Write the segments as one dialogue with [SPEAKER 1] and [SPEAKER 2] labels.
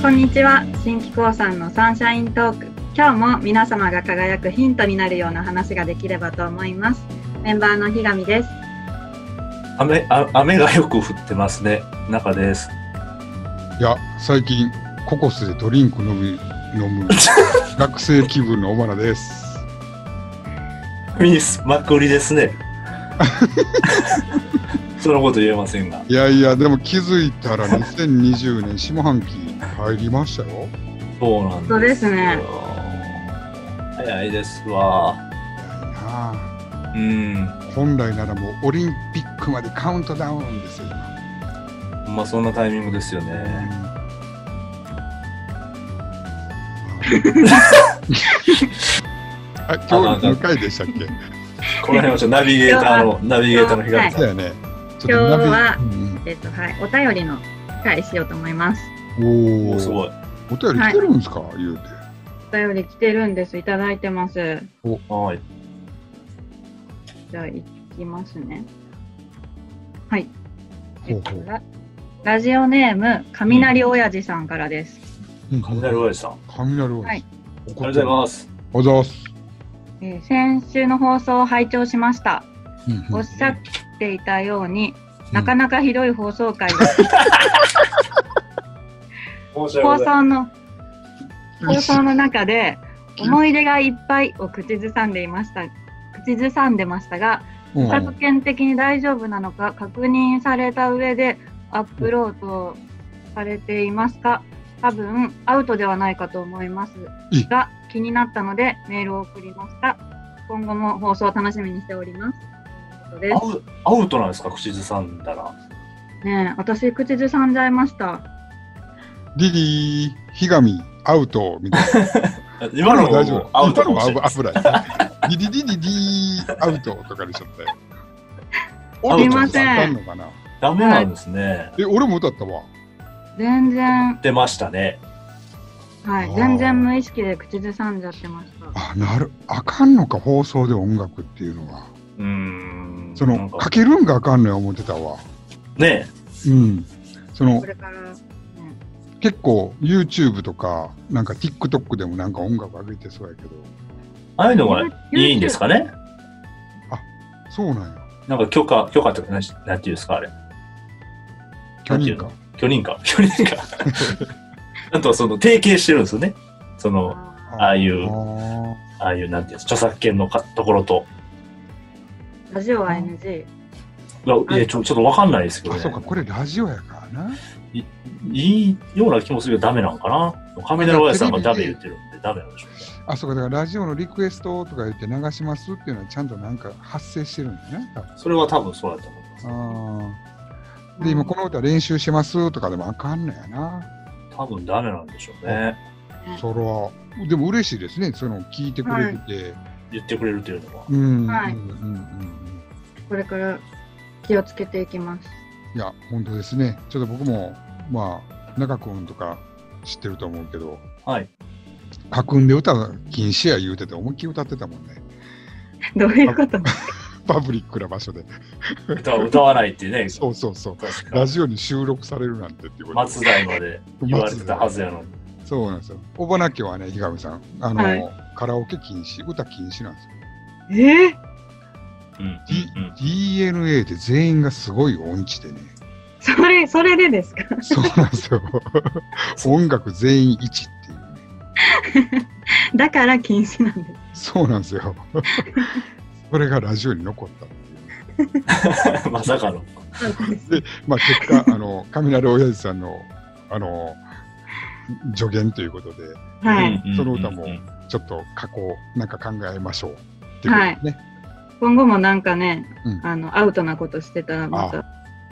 [SPEAKER 1] こんにちは新機構さんのサンシャイントーク今日も皆様が輝くヒントになるような話ができればと思いますメンバーの日上です
[SPEAKER 2] 雨あ雨がよく降ってますね中です
[SPEAKER 3] いや、最近、ココスでドリンク飲み、飲 む、学生気分の小花です。
[SPEAKER 2] ミスまくりです ねそのこと言えませんが
[SPEAKER 3] いやいや、でも気づいたら2020年下半期入りましたよ。
[SPEAKER 2] そうなんです
[SPEAKER 1] そうですね
[SPEAKER 2] 早いですわ
[SPEAKER 3] 早いなあ
[SPEAKER 2] うん
[SPEAKER 3] 本来ならもうオリンピックまでカウントダウンですよ、今
[SPEAKER 2] ほんまあそんなタイミングですよ ね
[SPEAKER 3] あ、今日2回でしたっけ
[SPEAKER 2] この辺はちょっとナビゲータ ーのナビゲーターの日がさん、
[SPEAKER 3] だよね。ち
[SPEAKER 1] 今日は
[SPEAKER 3] うん
[SPEAKER 1] えっとはいお便りの回しようと思います
[SPEAKER 3] うんお
[SPEAKER 2] お
[SPEAKER 3] お、
[SPEAKER 2] すごい
[SPEAKER 3] お便り来てるんですか、言うて。
[SPEAKER 1] お便り来てるんですいただいてます
[SPEAKER 2] はい
[SPEAKER 1] じゃあ行きますねはい
[SPEAKER 3] ほうほう
[SPEAKER 1] ララジオネーム雷親父さんからです、
[SPEAKER 3] うん
[SPEAKER 2] 雷おやじさんあ
[SPEAKER 3] 雷を。
[SPEAKER 1] はい
[SPEAKER 2] りがとうございます
[SPEAKER 3] おはようございます。
[SPEAKER 1] えー先週の放送を拝聴しました
[SPEAKER 3] うんうん
[SPEAKER 1] おっしゃっていたように、なかなかひどい放送 回です。放
[SPEAKER 2] 申し訳ございま
[SPEAKER 1] 送の、放送の中で、思い出がいっぱいを口ずさんでいました。口ずさんでましたが、
[SPEAKER 3] うん
[SPEAKER 1] 著作権的に大丈夫なのか確認された上でアップロードされていますか多分アウトではないかと思います
[SPEAKER 3] い
[SPEAKER 1] が気になったのでメールを送りました。今後も放送を楽しみにしております。ということ
[SPEAKER 2] せんアウアウトなんですか口ずさんだら
[SPEAKER 1] ですねえ、私口ずさんじゃいました。
[SPEAKER 3] リリー、ヒガミ、アウトみたいな。
[SPEAKER 2] 今の
[SPEAKER 3] 大丈夫。
[SPEAKER 2] アウトか
[SPEAKER 3] 今の
[SPEAKER 2] もしれない
[SPEAKER 3] は危ない。リリリリリー、アウトとかにしちゃったよ。
[SPEAKER 2] あす
[SPEAKER 3] 俺
[SPEAKER 2] いま
[SPEAKER 1] せん
[SPEAKER 3] 歌ったのかな
[SPEAKER 2] ダメなんですね
[SPEAKER 3] え、俺も歌ったわ。
[SPEAKER 1] 全然、
[SPEAKER 2] 出ましたね
[SPEAKER 1] は
[SPEAKER 3] あ
[SPEAKER 1] い、
[SPEAKER 3] ー
[SPEAKER 1] 全然無意識で口ずさんじゃってました。
[SPEAKER 3] あ、なる。あかんのか、放送で音楽っていうのは。
[SPEAKER 2] うーん
[SPEAKER 3] そ
[SPEAKER 2] なん
[SPEAKER 3] の、
[SPEAKER 2] か
[SPEAKER 3] かけるんがあかんのや思ってたわ。
[SPEAKER 2] ね
[SPEAKER 3] うん。その
[SPEAKER 1] こ、れから、ね、
[SPEAKER 3] 結構 YouTube とか、なんか TikTok でもなんか音楽上げてそうやけど。
[SPEAKER 2] ああいうのがいいんですかね
[SPEAKER 3] そうなんや。
[SPEAKER 2] なんか許可、許可とか、なんなんていうんですか、あれ。
[SPEAKER 3] 巨人か。
[SPEAKER 2] 許認か。 許認か。あと、その、提携してるんですよね。その、
[SPEAKER 1] あ
[SPEAKER 2] ああいう
[SPEAKER 3] あー
[SPEAKER 2] ああいう、なんていうんですか、著作権のかところと。
[SPEAKER 1] ーラジオは NG。
[SPEAKER 2] いや、いやちょちょっとわかんないですけど、
[SPEAKER 3] あ、
[SPEAKER 2] ね。
[SPEAKER 3] そうか、これラジオやからな。
[SPEAKER 2] いいような気もするけど、ダメなのかな。雷親さんがダメ言ってるんで、ダメなんでしょうね。
[SPEAKER 3] あそうか、だからラジオのリクエストとか言って流しますっていうのはちゃんとなんか発生してるんだね。多
[SPEAKER 2] それは多分そうだと思います。
[SPEAKER 3] 分あーで、今この歌練習しますとかでもあかんのやな。
[SPEAKER 2] 多分ダメなんでしょうね。
[SPEAKER 3] それは。でも嬉しいですね、その聞いてくれてて。
[SPEAKER 2] 言ってくれるというのは。
[SPEAKER 3] うん、
[SPEAKER 1] はい
[SPEAKER 3] うんうんうん。
[SPEAKER 1] これから気をつけていきます。
[SPEAKER 3] いや、本当ですね。ちょっと僕も、まあ、中君とか知ってると思うけど、
[SPEAKER 2] はい。
[SPEAKER 3] 架空で歌禁止や言うてて思いっきり歌ってたもんね。
[SPEAKER 1] どういうこと
[SPEAKER 3] パブリックな場所で。
[SPEAKER 2] 歌は歌わないってね。
[SPEAKER 3] そうそうそう。
[SPEAKER 2] 確か
[SPEAKER 3] ラジオに収録されるなんてっていうこと
[SPEAKER 2] 松代まで言われてたはずやのに。
[SPEAKER 3] そうなんですよ。小花家はね、日上さん、あの、
[SPEAKER 1] はい
[SPEAKER 3] カラオケ禁止、歌禁止なんですよ。
[SPEAKER 1] えー、
[SPEAKER 2] うん。うん。
[SPEAKER 3] D DNA って全員がすごい音痴でね。
[SPEAKER 1] それ、それでですか
[SPEAKER 3] そうなんで すよ。音楽全員一っていうね。
[SPEAKER 1] だから禁止なんです。
[SPEAKER 3] そうなんですよ。それがラジオに残ったっていう。
[SPEAKER 2] うんまさかの。
[SPEAKER 1] そうです
[SPEAKER 3] でまあ結果、 あの、雷親父さんの、あの、助言ということで、
[SPEAKER 1] はい、
[SPEAKER 2] うんうんうんうん
[SPEAKER 3] その歌もちょっと加工、なんか考えましょうっていうことね。
[SPEAKER 1] 今後もなんかね、
[SPEAKER 3] うん
[SPEAKER 1] あの、アウトなことしてたらまた、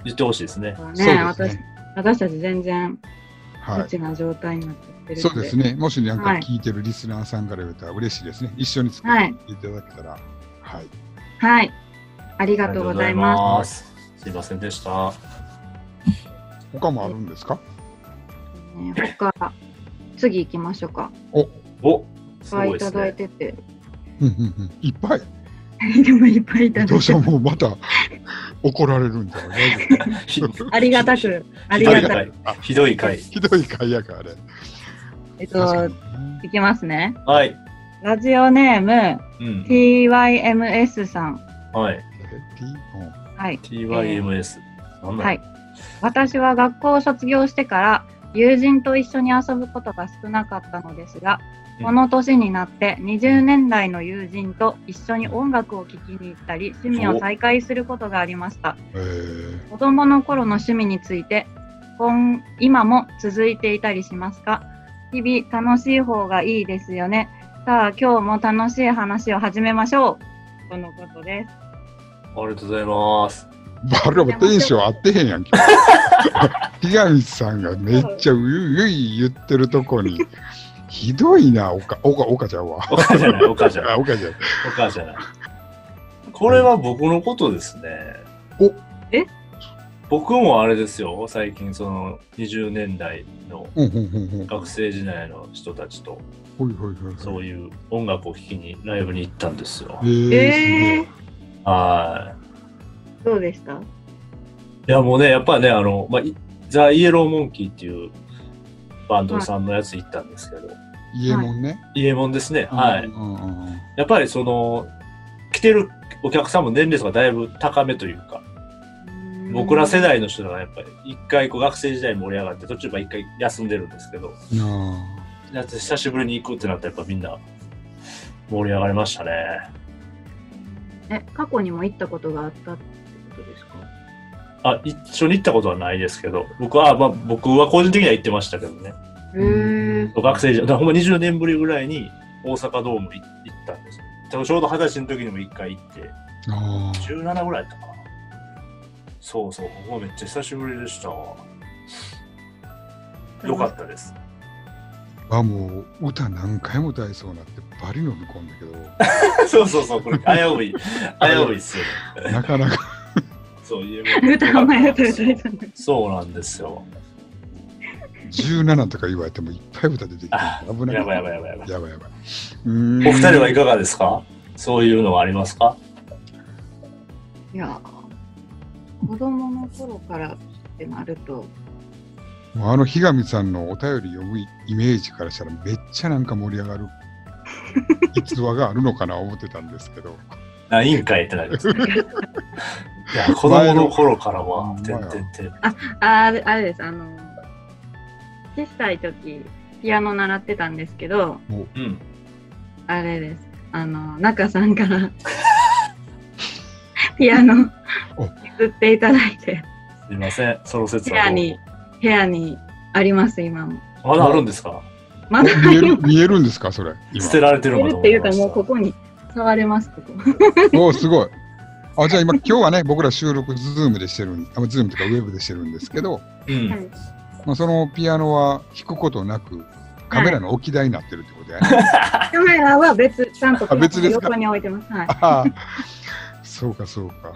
[SPEAKER 2] 言ってほしいですね。
[SPEAKER 1] ね
[SPEAKER 3] そうです
[SPEAKER 1] 私
[SPEAKER 3] ね。
[SPEAKER 1] 私たち全然
[SPEAKER 3] は
[SPEAKER 1] 無
[SPEAKER 3] い。
[SPEAKER 1] 知な状態になってきてるんで、
[SPEAKER 3] そうですね。もしなんか
[SPEAKER 1] はい
[SPEAKER 3] 聞いてるリスナーさんから言うたら嬉しいですね。一緒に作っ
[SPEAKER 1] はい、
[SPEAKER 3] ていただけたら。はい。
[SPEAKER 1] はい、あり
[SPEAKER 2] あ
[SPEAKER 1] がとうございます。
[SPEAKER 2] す。すいませんでした。
[SPEAKER 3] 他もあるんですか
[SPEAKER 1] ね他、次行きましょうか。
[SPEAKER 2] お、
[SPEAKER 1] いっ
[SPEAKER 2] す
[SPEAKER 1] ぱい
[SPEAKER 2] ごい
[SPEAKER 1] い
[SPEAKER 2] で
[SPEAKER 1] た
[SPEAKER 2] す
[SPEAKER 1] だい
[SPEAKER 2] ね。
[SPEAKER 1] てて、
[SPEAKER 3] うんうんうんいっぱい。
[SPEAKER 1] でもいっぱいいただ
[SPEAKER 3] ど
[SPEAKER 1] いう
[SPEAKER 3] した
[SPEAKER 1] て。
[SPEAKER 3] もうまた怒られるんだよね。
[SPEAKER 2] ひ
[SPEAKER 1] ありがたく、あ
[SPEAKER 2] ひ
[SPEAKER 1] り
[SPEAKER 2] ど
[SPEAKER 1] が
[SPEAKER 2] い
[SPEAKER 1] たく。
[SPEAKER 2] 回。ひ どい回。
[SPEAKER 3] ひどい会やからあれ。
[SPEAKER 1] えっと
[SPEAKER 3] 確、かにね
[SPEAKER 1] いきますね。
[SPEAKER 2] はい。
[SPEAKER 1] ラジオネーム、
[SPEAKER 2] うん。
[SPEAKER 1] TYMS さん。
[SPEAKER 2] はい。
[SPEAKER 1] はい。
[SPEAKER 2] TYMS。なんだろう
[SPEAKER 1] はい。私は学校を卒業してから友人と一緒に遊ぶことが少なかったのですが、
[SPEAKER 2] うん
[SPEAKER 1] この年になって20年来の友人と一緒に音楽を聴きに行ったり趣味を再開することがありました
[SPEAKER 3] えー
[SPEAKER 1] 子供の頃の趣味について今今も続いていたりしますか日々楽しい方がいいですよねさあ今日も楽しい話を始めましょうとのことです
[SPEAKER 2] ありがとうございます。
[SPEAKER 3] バルもテンション合ってへんやんけ。 日上さんがめっちゃうゆい言ってるとこに、ひどいな、おか、おか、おかちゃんは。
[SPEAKER 2] お母じゃない、お母じゃない、
[SPEAKER 3] あ、おかちゃん。
[SPEAKER 2] お母じゃない。これは僕のことですね。
[SPEAKER 3] お
[SPEAKER 1] え
[SPEAKER 2] 僕もあれですよ、最近その20年代の
[SPEAKER 3] うんうんうんうん。
[SPEAKER 2] 学生時代の人たちと
[SPEAKER 3] ほいほいほい。
[SPEAKER 2] そう
[SPEAKER 3] いう。
[SPEAKER 2] いう音楽を聴きにライブに行ったんですよ
[SPEAKER 3] え。ー、
[SPEAKER 1] えー、
[SPEAKER 2] は
[SPEAKER 1] どうでした
[SPEAKER 2] い。いやもうね、やっぱね、あの、まあ、いザ・イエロー・モンキーっていうバンドさんのやつ行ったんですけど、
[SPEAKER 3] すげえ。家もね。
[SPEAKER 2] イエモンですね。はい。
[SPEAKER 3] うんうんうん
[SPEAKER 2] やっぱりその、来てるお客さんも年齢層がだいぶ高めというか、僕ら世代の人がやっぱり一回こう学生時代に盛り上がって途中まあ一回休んでるんですけど
[SPEAKER 3] いやー
[SPEAKER 2] だって久しぶりに行くってなったらやっぱみんな盛り上がりましたね
[SPEAKER 1] え過去にも行ったことがあったってことですか
[SPEAKER 2] あ一緒に行ったことはないですけど僕は、まあ、僕は個人的には行ってましたけどね
[SPEAKER 1] へえ
[SPEAKER 2] 学生時代だからほんま20年ぶりぐらいに大阪ドームい行ったんですよでもちょうど二十歳の時にも一回行って
[SPEAKER 3] あー
[SPEAKER 2] 17ぐらいだったかなそうそうここめっちゃ久しぶりでしたわよかったです
[SPEAKER 3] あもう歌何回も歌いそうになってバリ飲み込んだけど
[SPEAKER 2] そうそうそう、これ危うい、危ういっすよね。
[SPEAKER 3] なかなか
[SPEAKER 2] そういう。
[SPEAKER 1] 歌う前歌歌いたんだ
[SPEAKER 2] そうなんですよ。
[SPEAKER 3] 17とか言われてもいっぱい歌出てきて
[SPEAKER 2] あ
[SPEAKER 3] 危ない
[SPEAKER 2] やばいやばいやばいやばい。
[SPEAKER 3] やばいやばいお二
[SPEAKER 2] お二人はいかがですかそういうのはありますか
[SPEAKER 1] いや子供の頃からってなると
[SPEAKER 3] もうあの日上さんのお便り読むイメージからしたらめっちゃなんか盛り 上がる逸話があるのかな思ってたんですけど
[SPEAKER 2] ないんかいってなりますね。 いや、子供の頃からは、て
[SPEAKER 3] 前
[SPEAKER 2] ん
[SPEAKER 3] の
[SPEAKER 2] てんてん。
[SPEAKER 1] あーあれですあの小さい時ピアノ習ってたんですけど
[SPEAKER 2] うん。
[SPEAKER 1] あれですあの中さんから ピアノ
[SPEAKER 3] お
[SPEAKER 1] 譲っていただいて
[SPEAKER 2] すいません、その説
[SPEAKER 1] 部
[SPEAKER 2] は
[SPEAKER 1] 屋
[SPEAKER 2] どう
[SPEAKER 1] に部屋にあります今も
[SPEAKER 2] も。まだあるんですか
[SPEAKER 1] まだ
[SPEAKER 3] 見える見えるんですかそれ今
[SPEAKER 2] 捨てられてるの
[SPEAKER 1] い
[SPEAKER 2] かと
[SPEAKER 1] るっ
[SPEAKER 2] 思
[SPEAKER 1] てい
[SPEAKER 2] いう
[SPEAKER 1] か
[SPEAKER 2] まし
[SPEAKER 1] もう
[SPEAKER 2] た
[SPEAKER 1] こ。こに触れますここ
[SPEAKER 3] おーすごいあじゃあ今今日はね僕ら収録ズームでしてるんあズームとかウェブでしてるんですけど、
[SPEAKER 2] うん。
[SPEAKER 3] まあ、そのピアノは弾くことなくカメラの置き台になってるってことやね、
[SPEAKER 1] カメラは別、ちゃんと
[SPEAKER 3] あ別ですか
[SPEAKER 1] 横に置いてます。はい。
[SPEAKER 3] あーそうかそうか、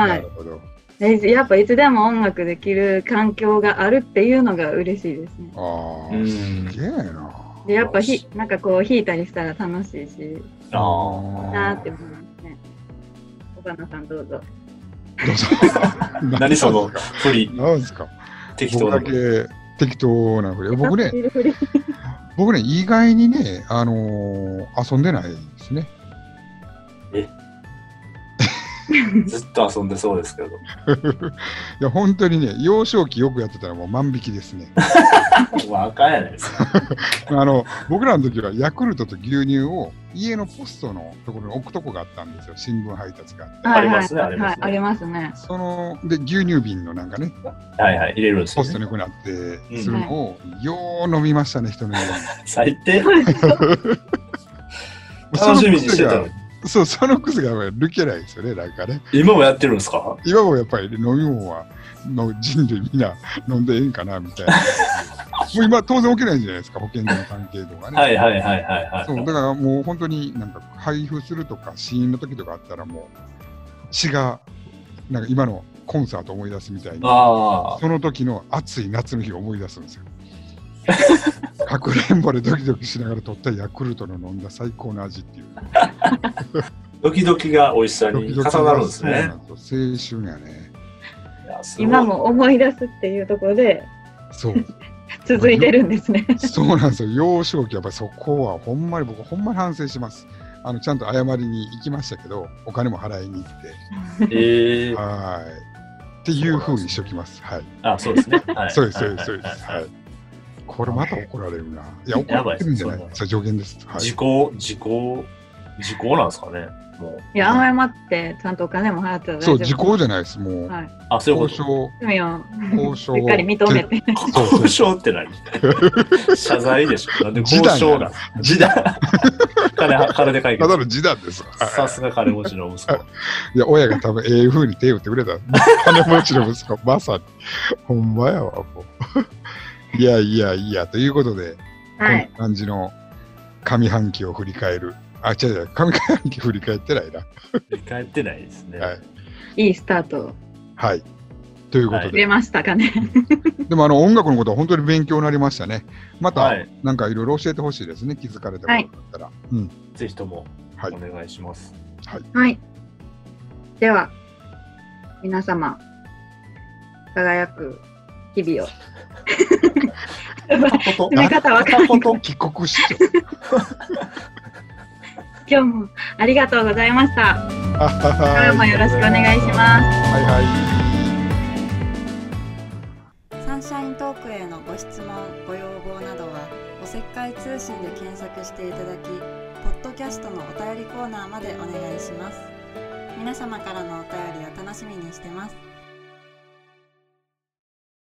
[SPEAKER 1] は
[SPEAKER 3] ないるほど
[SPEAKER 1] で、やっぱいつでも音楽できる環境があるっていうのが嬉しいですね。
[SPEAKER 3] あ
[SPEAKER 2] う
[SPEAKER 3] ー
[SPEAKER 2] ん
[SPEAKER 3] すげえ な
[SPEAKER 1] で、やっぱひ、なんかこう弾いたりしたら楽しいし、
[SPEAKER 2] あ
[SPEAKER 1] なーって思いますね。岡野さんどうぞ。
[SPEAKER 3] どうぞ
[SPEAKER 2] 何そのあ、不利、
[SPEAKER 3] なんですか
[SPEAKER 2] 適当
[SPEAKER 3] 僕
[SPEAKER 2] な
[SPEAKER 3] だ
[SPEAKER 2] の。
[SPEAKER 3] け適当なふり。僕ね
[SPEAKER 1] フ、ィルフリー
[SPEAKER 3] 僕ね、意外にね、あのー遊んでないですね。
[SPEAKER 2] ずっと遊んでそうですけど。
[SPEAKER 3] いや、本当にね、幼少期よくやってたらもう万引きですね。
[SPEAKER 2] まあ、あかんやないですか。
[SPEAKER 3] あの、僕らの時はヤクルトと牛乳を家のポストのところに置くとこがあったんですよ。新聞配達があって。
[SPEAKER 2] ありますね
[SPEAKER 1] はいはいはい
[SPEAKER 2] あ
[SPEAKER 1] あ
[SPEAKER 2] り
[SPEAKER 1] りますね。
[SPEAKER 3] その、で、牛乳瓶のなんかね、
[SPEAKER 2] はいはい、入れるんです
[SPEAKER 3] ポ
[SPEAKER 2] よ
[SPEAKER 3] スト
[SPEAKER 2] ね。
[SPEAKER 3] にこうなって、するのを、よう飲みましたね、人の家に。
[SPEAKER 2] 最低。
[SPEAKER 3] その
[SPEAKER 2] 楽しみにしてた
[SPEAKER 3] 癖
[SPEAKER 2] の
[SPEAKER 3] が
[SPEAKER 2] に。
[SPEAKER 3] そう、その癖がやっぱり抜けないですよね、なんかね。
[SPEAKER 2] 今もやってるんですか
[SPEAKER 3] 今もやっぱりね飲み物はの人類みんな飲んでええんかなみ たいな。もう今当然起きないじゃないですか、保健所の関係とかね。
[SPEAKER 2] はいはいはいはいは
[SPEAKER 3] そうだ
[SPEAKER 2] い。
[SPEAKER 3] からもう本当になんか配布するとか死因の時とかあったらもう詩がなんか今のコンサート思い出すみたいに
[SPEAKER 2] あ
[SPEAKER 3] その時の暑い夏の日を思い出すんですよ。 かくれんぼでドキドキしながら取ったヤクルトの飲んだ最高の味っていう。
[SPEAKER 2] ドキドキが美味しさに重なるんですね。
[SPEAKER 3] そうなんですよ青春やね。
[SPEAKER 2] いやすごい
[SPEAKER 1] 今も思い出すっていうところで
[SPEAKER 3] そう。
[SPEAKER 1] 続いてるんですね。
[SPEAKER 3] そうなんですよ。幼少期、やっぱりそこはほんまに僕、ほんまに反省します。あのちゃんと謝りに行きましたけど、お金も払いに行っ
[SPEAKER 2] え
[SPEAKER 3] て、
[SPEAKER 2] ー、
[SPEAKER 3] はーい。っていうふうにしときます。はい。
[SPEAKER 2] あ、そうですね。 はい、
[SPEAKER 3] そうです、そうです、
[SPEAKER 2] はい
[SPEAKER 3] そうです。はい。これまた怒られるな。いや、怒
[SPEAKER 2] や
[SPEAKER 3] ら
[SPEAKER 2] ばいで
[SPEAKER 3] れ
[SPEAKER 2] す
[SPEAKER 3] るんじゃない
[SPEAKER 2] そんな
[SPEAKER 3] それ上限です。はい。
[SPEAKER 2] 時効、時効、時効なんですかね。もう。
[SPEAKER 1] いや、謝って、ちゃんとお金も払ったら大丈
[SPEAKER 3] そ
[SPEAKER 1] 夫
[SPEAKER 3] う、時効じゃないです。もう、
[SPEAKER 1] はい。
[SPEAKER 2] あ、そういうこ
[SPEAKER 3] 交
[SPEAKER 2] と。
[SPEAKER 3] 渉、
[SPEAKER 1] 罪を
[SPEAKER 3] 交渉
[SPEAKER 1] しっかり認めて。
[SPEAKER 3] そう
[SPEAKER 2] 交渉って何 謝罪でしょ。なんで交渉なん時代。金は、金で解
[SPEAKER 3] ただ
[SPEAKER 2] 決。
[SPEAKER 3] の示談です。
[SPEAKER 2] さ
[SPEAKER 3] は
[SPEAKER 2] すが金持ちの息子。
[SPEAKER 3] い、いや、親が多分ええふうに手を打ってくれた。金持ちの息子、まさに。ほんまやわ、もう。 いやいやいや、ということで、
[SPEAKER 1] はい。
[SPEAKER 3] こんな感じの上半期を振り返る。あ、違う違う、上半期振り返ってないな。
[SPEAKER 2] 帰ってないですね。
[SPEAKER 3] はい。
[SPEAKER 1] いいスタートを
[SPEAKER 3] はい。ということ
[SPEAKER 1] く
[SPEAKER 3] で、
[SPEAKER 1] れましたかね。
[SPEAKER 3] でもあの音楽のことは本当に勉強になりましたね。また、
[SPEAKER 2] はい
[SPEAKER 3] なんかいろいろ教えてほしいですね、気づかれたことだったら。うん。
[SPEAKER 2] ぜひとも
[SPEAKER 3] はい
[SPEAKER 2] お願いします。
[SPEAKER 1] はい。では、皆様、輝く 日々を。
[SPEAKER 2] 片
[SPEAKER 1] 見方わかんない
[SPEAKER 2] 片 言
[SPEAKER 3] 帰国子 女。
[SPEAKER 1] 今日もありがとうございました。
[SPEAKER 3] あは
[SPEAKER 1] 今日
[SPEAKER 3] は
[SPEAKER 1] もよろしくお願いします。
[SPEAKER 3] はいはい。
[SPEAKER 4] サンシャイントークへのご質問ご要望などはおせっかい通信で検索していただきポッドキャストのお便りコーナーまでお願いします皆様からのお便りを楽しみにしてます